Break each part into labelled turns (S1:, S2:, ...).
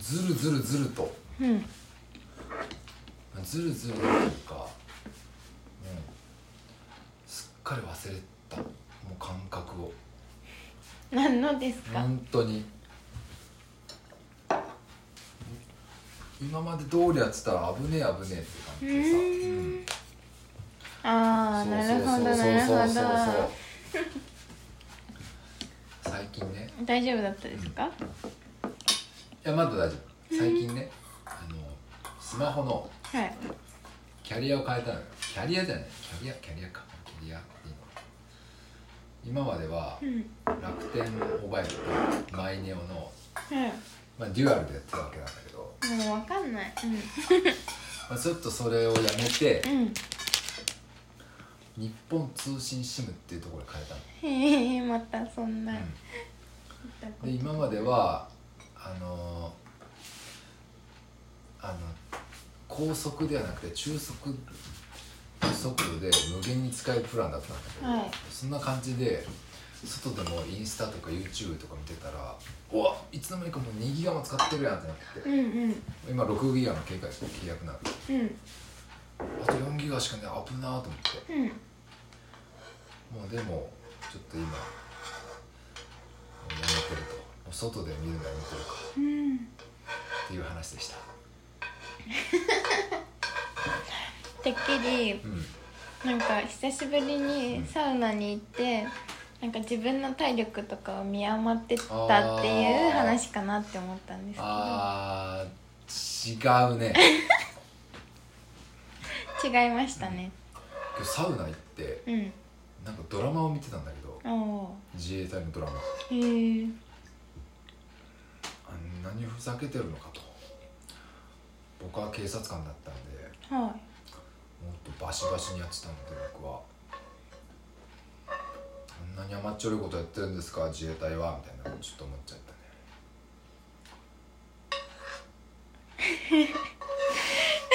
S1: ずるずるずると
S2: うん
S1: ずるずるというか、うん、すっかり忘れたもう感覚を
S2: 何のですか
S1: 本当に今まで通りやってたら危ねえ危ねえって
S2: う
S1: 感じでさ、
S2: ーんああ
S1: そう
S2: なるほどなる
S1: そうそうそうそう
S2: ほ
S1: そう最近ね
S2: ど大丈夫だったですか
S1: いやまだ大丈夫最近ねあのスマホの
S2: はい
S1: キャリアを変えたのよキャリアじゃないキャリアキャリアかキャリアっていうの今までは
S2: うん
S1: 楽天モバイルとマイネオの、
S2: う
S1: まあ、デュアルでやってたわけなんだけど、
S2: んもうわかんない
S1: まあ、ちょっとそれをやめて
S2: うんうん
S1: 日本通信 SIM っていうところに変えたの
S2: へえまたそんな、
S1: で今まではあのあの高速ではなくて中速速度で無限に使えるプランだったんだけど、
S2: はい
S1: そんな感じで外でもインスタとか YouTube とか見てたらうわいつの間にかもう2ギガも使ってるやんってなって
S2: うんうん
S1: 今6ギガの契約契約なんで
S2: うん
S1: あと4ギガしかね危なーと思って
S2: うん
S1: もうでもちょっと今もうやめてるともう外で見るのやめてるか
S2: うん
S1: っていう話でした
S2: てっきり
S1: うん
S2: なんか久しぶりにサウナに行ってなんか自分の体力とかを見余ってたっていう話かなって思ったんです
S1: あー違うね
S2: けど違いましたね
S1: 今日サウナ行って
S2: うん
S1: なんかドラマを見てたんだけど
S2: おお
S1: 自衛隊のドラマ
S2: へえ
S1: あ何ふざけてるのかと僕は警察官だったんで
S2: は
S1: もっとバシバシにやってたので僕はあんなに甘っちょろいことやってるんですか自衛隊はみたいなちょっと思っちゃったね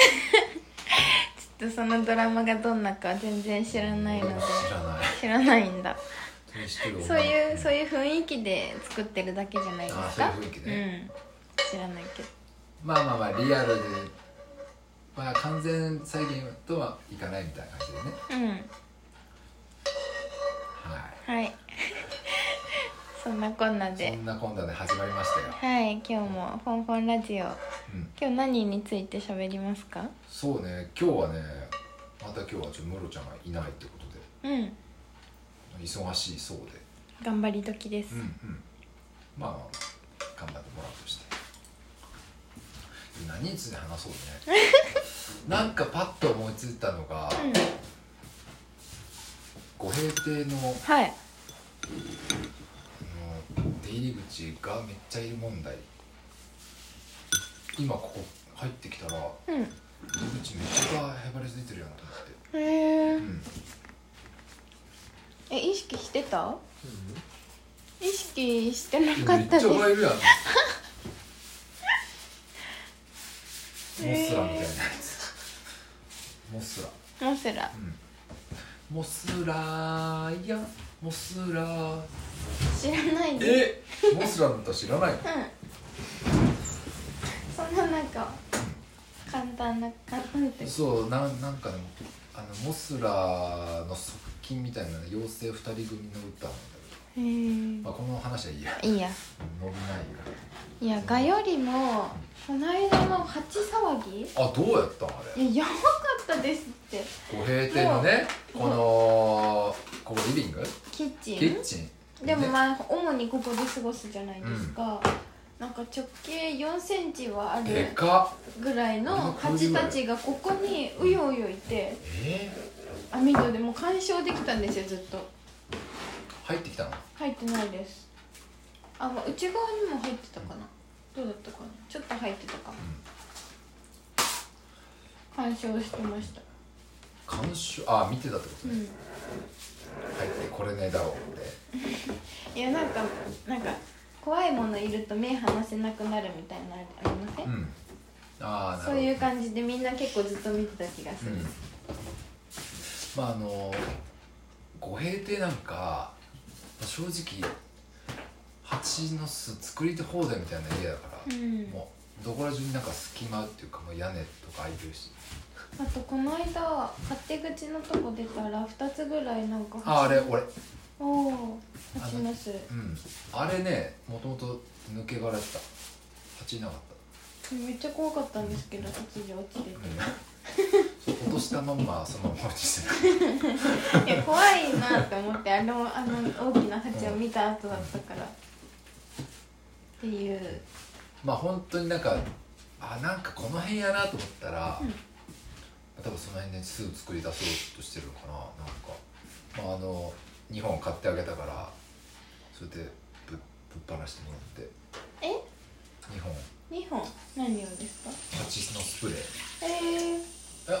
S2: いちょっとそのドラマがどんなか全然知らないので
S1: 知らない
S2: 知らないんだ
S1: 本当に知ってる女の子
S2: そういうそういう雰囲気で作ってるだけじゃないです
S1: あ
S2: か
S1: そういう雰囲気ね
S2: うん知らないけど
S1: まあまあまあリアルでまあ完全再現とはいかないみたいな感じでね
S2: うん
S1: はい
S2: はい。 そんなこんな
S1: そ
S2: で。
S1: んな今度で始まりましたよ、
S2: はい、今日もフォンフォンラジオ。
S1: うん、
S2: 今日何について喋りますか。
S1: そうね今日はねまた今日はちょっとムロちゃんがいないってことで
S2: うん、
S1: 忙しいそうで
S2: 頑張り時です。
S1: うんうんまあ頑張ってもらうとして何について話 そうねなんかパッと思いついたのが
S2: うん、
S1: 五平亭のあ
S2: はい。
S1: の出入り口がめっちゃいる問題今ここ入ってきたら
S2: うん。
S1: 出口めっちゃへばりついてるよなと思って
S2: へえ
S1: う。ん
S2: え、意識してた。意識して
S1: い
S2: なか
S1: やめ
S2: っ
S1: っちゃ
S2: たです。
S1: おられるやんモスラみたいなやつモスラ
S2: モスラ。
S1: うんモスラーやモスラー
S2: 知らないです。
S1: えモスラの歌知らないの
S2: うん。そんななんか。簡単な、簡単です。
S1: そうなんなんかねあのモスラの側近みたいな妖精二人組の歌なんだけ
S2: へえ
S1: ど、。まあ、この話はいいや
S2: いいや。
S1: 伸びない
S2: いや、がよりも。この間の鉢騒ぎ。
S1: からあどうやったんあれ
S2: いややばかったですって
S1: 五平亭のねこのここリビング
S2: キッチン
S1: キッチン
S2: でも
S1: ね
S2: まあ主にここで過ごすじゃないですか、なんか直径4センチはあ
S1: で
S2: る
S1: かっ
S2: ぐらいの蜂たちがここにうようよいて
S1: えー、
S2: 網戸でもう干渉できたんですよずっと
S1: 入ってきたの
S2: 入ってないですあまあ内側にも入ってたかなどうだったかなちょっと入ってたかも干渉してました
S1: 監修あ見てたってこと
S2: う
S1: ね、入
S2: ん
S1: ってこれねえだろうって
S2: いやなんかなんか怖いものいると目離せなくなるみたいなのありません
S1: うんああなるほど
S2: そういう感じでみんな結構ずっと見てた気がする、
S1: まああの五平亭なんか正直蜂の巣作り手放題みたいな家だから、
S2: うん
S1: もうどこら中になんか隙間っていうかもう屋根とか空いてるし
S2: あとこの間勝手口のとこ出たら2つぐらいなんか
S1: ああれ俺
S2: おお蜂の巣
S1: うんあれねもともと抜け殻だった鉢いなかった
S2: めっちゃ怖かったんですけど突如落ちてて
S1: うん落としたまんまそのまま落ちてた
S2: いや怖いなって思ってあのあの大きな蜂を見た後だったからっていう
S1: まあ本当になんかあなんかこの辺やなと思ったら、
S2: うん
S1: 多分その辺ですぐ作り出そうとしてるのかななんか、まあ、あの2本買ってあげたからそれでぶぶっ放してもらって
S2: え
S1: 2本
S2: 2本何をですか
S1: 蜂のスプレー
S2: えー、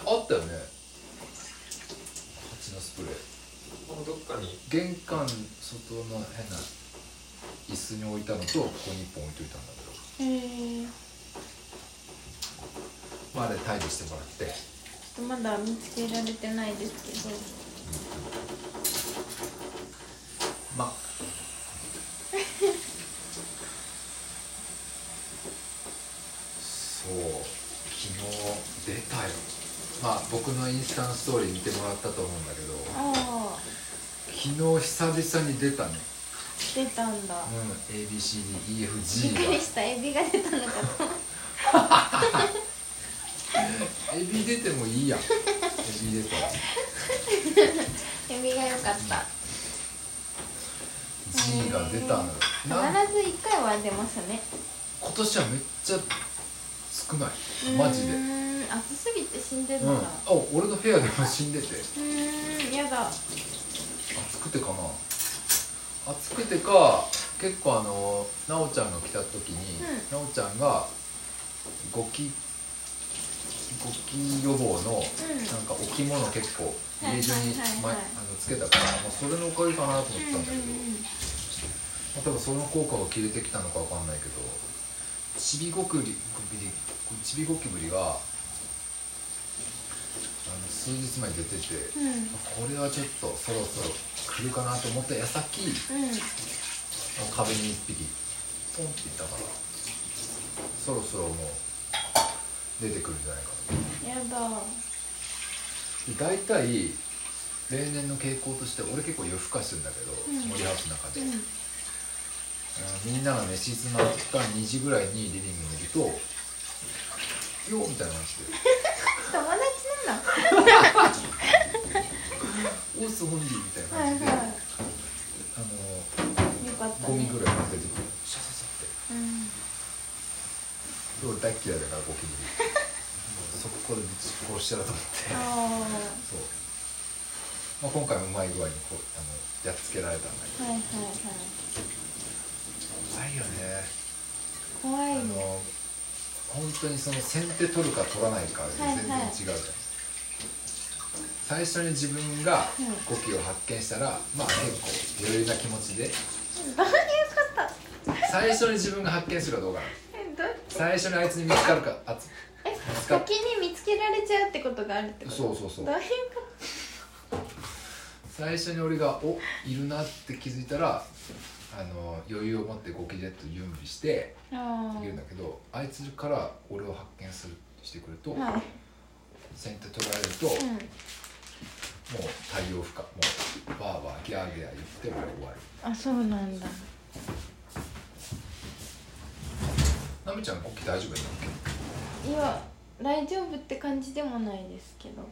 S1: えあったよね蜂のスプレー
S3: もうどっかに
S1: 玄関外の変な椅子に置いたのとここに1本置いといたんだけど
S2: えー、ち
S1: まああれ退治してもらって
S2: ょっとまだ見つけられてないですけど
S1: まあそう昨日出たよまあ僕のインスタのストーリー見てもらったと思うんだけど
S2: ああ
S1: 昨日久々に出たね
S2: 出たんだ
S1: うん
S2: びっ
S1: ABCDEFG
S2: く
S1: が
S2: りしたエビが出たのかと思っ
S1: エビ出てもいいやんエビ出たら
S2: た エビが良かった
S1: G が出たのよなん
S2: 必ず1回は出ますね
S1: 今年はめっちゃ少ないマジで
S2: うーん暑すぎて死んでるん
S1: うん
S2: だ
S1: あ俺の部屋でも死んでて
S2: うーんやだ
S1: 暑くてかな暑くてか結構あのなおちゃんが来た時に、
S2: う
S1: なおちゃんがゴキゴキ予防の
S2: うん
S1: なんか置物結構
S2: はい
S1: 家中に
S2: はいはい
S1: まあ
S2: はい
S1: のつけたから、まあ、それのおかげかなと思ったんだけど、まあ、多分その効果が切れてきたのかわかんないけどちびゴキブリちびゴキブリがあの数日前に出てて、
S2: うんうんうん
S1: これはちょっとそろそろ来るかなと思った矢先
S2: うんうん
S1: 壁に1匹ポンっていったからそろそろもう出てくるんじゃないかと
S2: やだ
S1: で大体例年の傾向として俺結構夜更かしてるんだけど、
S2: うん
S1: 森ハウスの中で、
S2: うん
S1: うんみんなが寝静まった2時ぐらいにリビングにいると「よっ!」みたいな感じで
S2: 友達なの
S1: 「オースホンディ」みたいな
S2: はい
S1: 感じで、
S2: は
S1: あ
S2: いよかった、ね、
S1: のゴミぐらいが出てくるシャシャシャって。
S2: うん
S1: 俺大っ嫌いだからゴキブリもうそこでぶち殺してやろうと思って
S2: あ
S1: そう、まあ、今回もうまい具合にこうあのやっつけられたんだけ
S2: あ
S1: ど
S2: はいはいはい
S1: 怖いよね、
S2: 怖い
S1: あ
S2: ね
S1: の本当にその先手取るか取らないかで全然
S2: はいはい
S1: 違うじゃん、最初に自分が
S2: うん
S1: ゴキを発見したら、まあ結構余裕な気持ちで
S2: どういうこと
S1: 最初に自分が発見するかどうかな
S2: えど
S1: 最初にあいつに見つかるかあつ
S2: え先に見つけられちゃうってことがあるってこと
S1: そうそうそう
S2: どういうこ
S1: 最初に俺が「おいるな」って気づいたらあの余裕を持ってゴキジェット準備して
S2: とあ
S1: 言うんだけどあいつから俺を発見するしてくると、
S2: あはい
S1: 先手取られると、
S2: う
S1: もうん対応不可もうバーバーギャーギャー言って俺終わり
S2: あそうなんだ
S1: なみちゃんゴキ大丈夫やったっ
S2: いや大丈夫って感じでもないですけど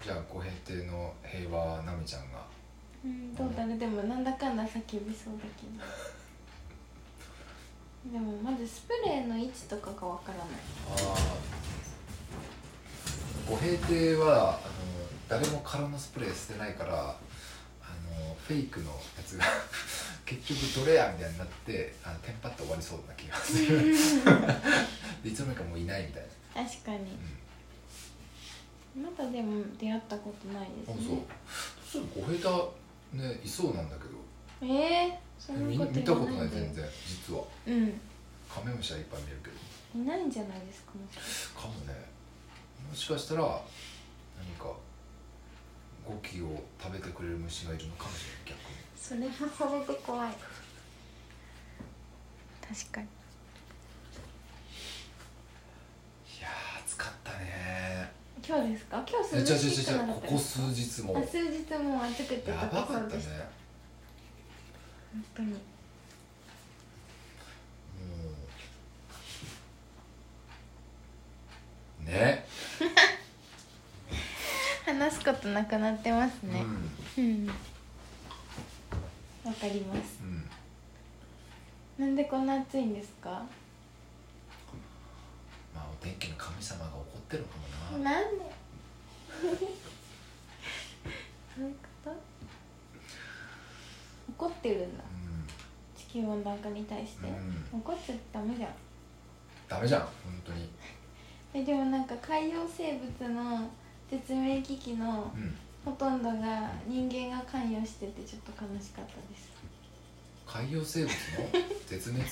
S1: けじゃあ小平亭の平和なみちゃんが
S2: うんどうだろうでもなんだかんだ叫びそうだけどでもまずスプレーの位置とかがわからない
S1: あー五平亭はあの誰も空のスプレー捨てないからあのフェイクのやつが 結局どれやみたいになってあのテンパって終わりそうな気がするでいつの間にかもういないみたいな、
S2: 確かにまだでも出会ったことない
S1: うん、あ
S2: です
S1: そう
S2: ね
S1: そう五平亭ねいそうなんだけど
S2: ええそん
S1: 見
S2: なこと
S1: 見たこと
S2: 言わ
S1: ない
S2: で
S1: 全然実は
S2: うん
S1: カメムシはいっぱい見るけど
S2: いないんじゃないですかもしか
S1: かもねもしかしたら何かゴキを食べてくれる虫がいるのかもしれない逆に。
S2: それもそれで怖い確かに今日ですか今日
S1: え
S2: 涼
S1: 違う違う
S2: しく
S1: 違
S2: な
S1: う
S2: か
S1: こ
S2: った
S1: こ
S2: です
S1: 数日も
S2: あ数日もう暑くてと
S1: やば
S2: か
S1: か
S2: そう
S1: った
S2: で
S1: ね
S2: した本当に
S1: うんね
S2: 話すことなくなってます
S1: うん
S2: ねうんわかります
S1: うん
S2: なんでこんな暑いんですか
S1: まあお天気の神様が怒ってるかもな
S2: なんでそういうこと怒ってるんだ
S1: う
S2: 地球温暖化に対して、
S1: ん、うん、
S2: 怒っちゃダメじゃん
S1: ダメじゃん本当に
S2: えでもなんか海洋生物の絶命危機の
S1: うん
S2: ほとんどが人間が関与しててちょっと悲しかったです
S1: 海洋生物の絶 滅、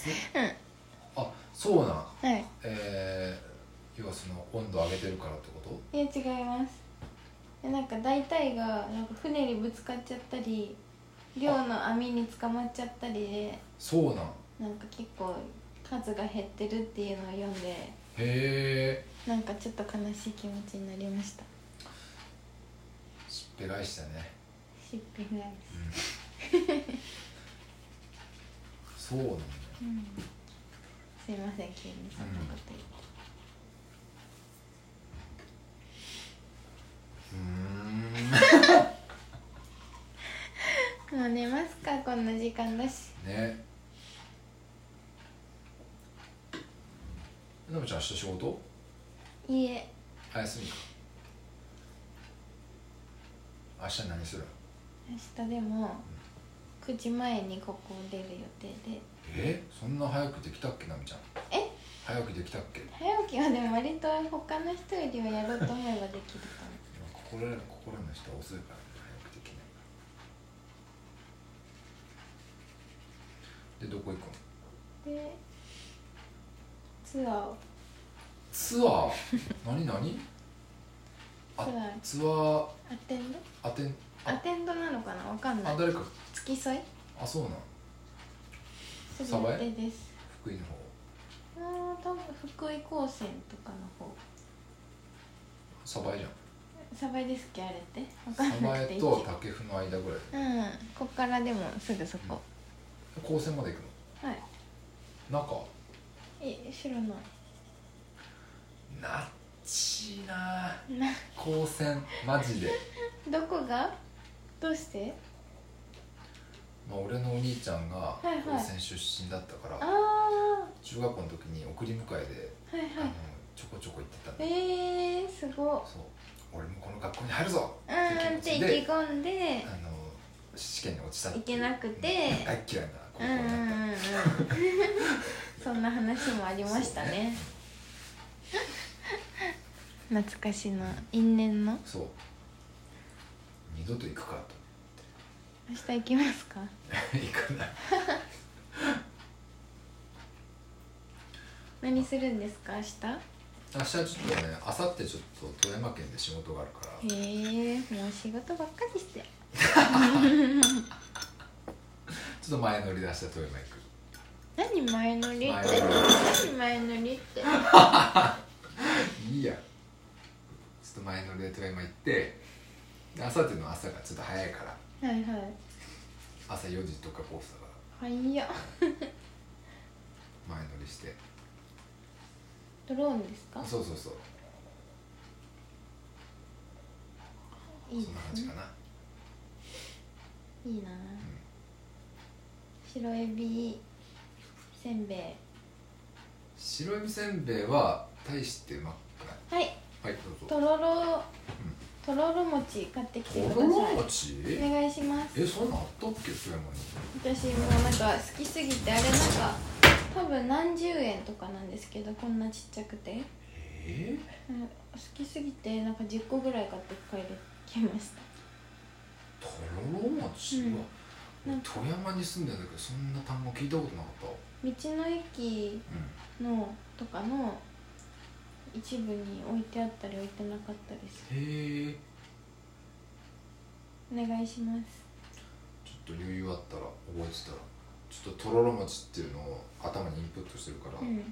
S1: あそうなん
S2: はい
S1: えー、要はその温度上げてるからってこと
S2: いや違いますえなんか大体がなんか船にぶつかっちゃったり漁の網に捕まっちゃったりで
S1: そうなん
S2: なんか結構数が減ってるっていうのを読んで
S1: へえ
S2: なんかちょっと悲しい気持ちになりました
S1: しっぺ返したね
S2: シッピングアイス
S1: そうなんだよ
S2: うんすいません急にそんなこと言って、
S1: うーん
S2: もう寝ますかこんな時間だし
S1: ねなむちゃん明日仕事
S2: いいえ
S1: あ休みか明日何するの
S2: 明日でも9時前にここを出る予定で
S1: えそんな早くできたっけなみちゃん
S2: え
S1: 早くできたっけ
S2: 早起きはでも割と他の人よりはやろうと思えばできるかも
S1: 心の心の人は遅いから、ね、早くできないからでどこ行くの
S2: でツアーを
S1: ツアー何何
S2: ツア
S1: あ
S2: ー
S1: ツアー
S2: アテンド
S1: 当てん
S2: アテンドなのかなわかんな
S1: あ
S2: い
S1: 誰か
S2: 付き添い
S1: あそうなん
S2: する
S1: サ
S2: 予
S1: バイ
S2: 定です
S1: 福井の方
S2: あー多分福井高専とかの方
S1: サバエじゃん
S2: サバイですっけあれってわか
S1: サ
S2: んな
S1: バ
S2: くて
S1: エ
S2: 一
S1: と
S2: 応
S1: 竹譜の間ぐらい
S2: うんこっからでもすぐそこ、
S1: 高専まで行く
S2: はい
S1: の中
S2: え知らない
S1: なっちいな
S2: な
S1: 高専マジで、
S2: どこがどうして
S1: まあ、俺のお兄ちゃんが
S2: いはい
S1: 高専出身だったから、
S2: ああ
S1: 中学校の時に送り迎えで、
S2: はい
S1: あ
S2: は
S1: の
S2: い
S1: ちょこちょこ行ってたんだ
S2: えー、すごっ
S1: そう俺もこの学校に入るぞ
S2: うーんって意気
S1: で
S2: 込んで
S1: あの試験に落ちたって
S2: 行けなくて
S1: 大っ嫌いな高校
S2: うん
S1: に
S2: うん
S1: なった、
S2: うん うんそんな話もありましたね懐かしの因縁の
S1: そう二度と行くかと
S2: 明日行きますか
S1: 行かない
S2: 何するんですか
S1: 明日ちょっとね明後日ちょっと富山県で仕事があるから
S2: 明日へえもう仕事ばっかりして
S1: ちょっと前乗り出して富山行く
S2: 何前乗りって
S1: 前乗り
S2: 何前乗りって
S1: いいやちょっと前乗りで富山行ってで明後日の朝がちょっと早いから
S2: はいはい
S1: 朝4時とかコースだか
S2: はいや
S1: ら前乗りして
S2: ドローンですか
S1: そうそうそう
S2: いい
S1: そんな感
S2: で
S1: じ
S2: す
S1: か
S2: ね
S1: ない
S2: いな白エビせんべい
S1: 白エビせんべいは大してうまくない
S2: はい
S1: はいどうぞ
S2: とろろとろろ餅買ってきてくださ
S1: と
S2: い
S1: ろろ餅
S2: お願いします
S1: えそんなんあったっけ富山に
S2: 私もうなんか好きすぎてあれなんか多分何十円とかなんですけどこんなちっちゃくて
S1: え
S2: うん好きすぎてなんか10個ぐらい買って帰ってきました
S1: ー、とろろ餅は、
S2: うん
S1: 俺富山に住んでんだけどそんな単語聞いたことなかったわ
S2: 道の駅のとかの一部に置いてあったり置いてなかったりする
S1: うんへえ
S2: お願いします
S1: ちょっと余裕あったら覚えてたらちょっととろろ餅っていうのを頭にインプットしてるから、
S2: うん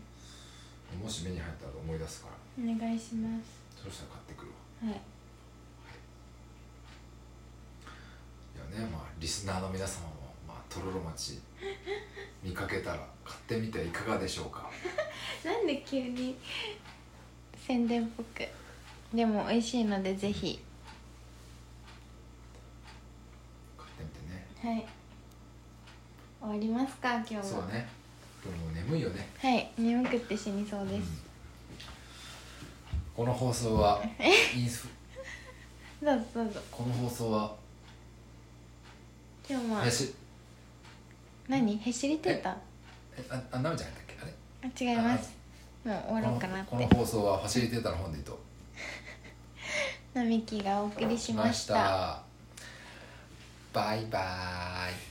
S1: もし目に入ったら思い出すから
S2: お願いします
S1: そしたら買ってくるわ
S2: はい
S1: やねまあリスナーの皆様も、まあ、とろろ町見かけたら買ってみてはいかがでしょうか
S2: なんで急に宣伝っぽくでも美味しいのでぜひ
S1: 買ってみてね
S2: はい終わりますか今日は
S1: そうねでももう眠いよね
S2: はい眠くって死にそうです、
S1: この放送はインス
S2: どうぞどうぞ
S1: この放送は
S2: 今日も
S1: やし
S2: 何へしりてたあ
S1: えああなめちゃんやったっけあれ
S2: 違いますもう終わろうかなっ
S1: この
S2: て
S1: この放送はファシリテーターの本でいいと
S2: 並木がお送りしました
S1: バイバイ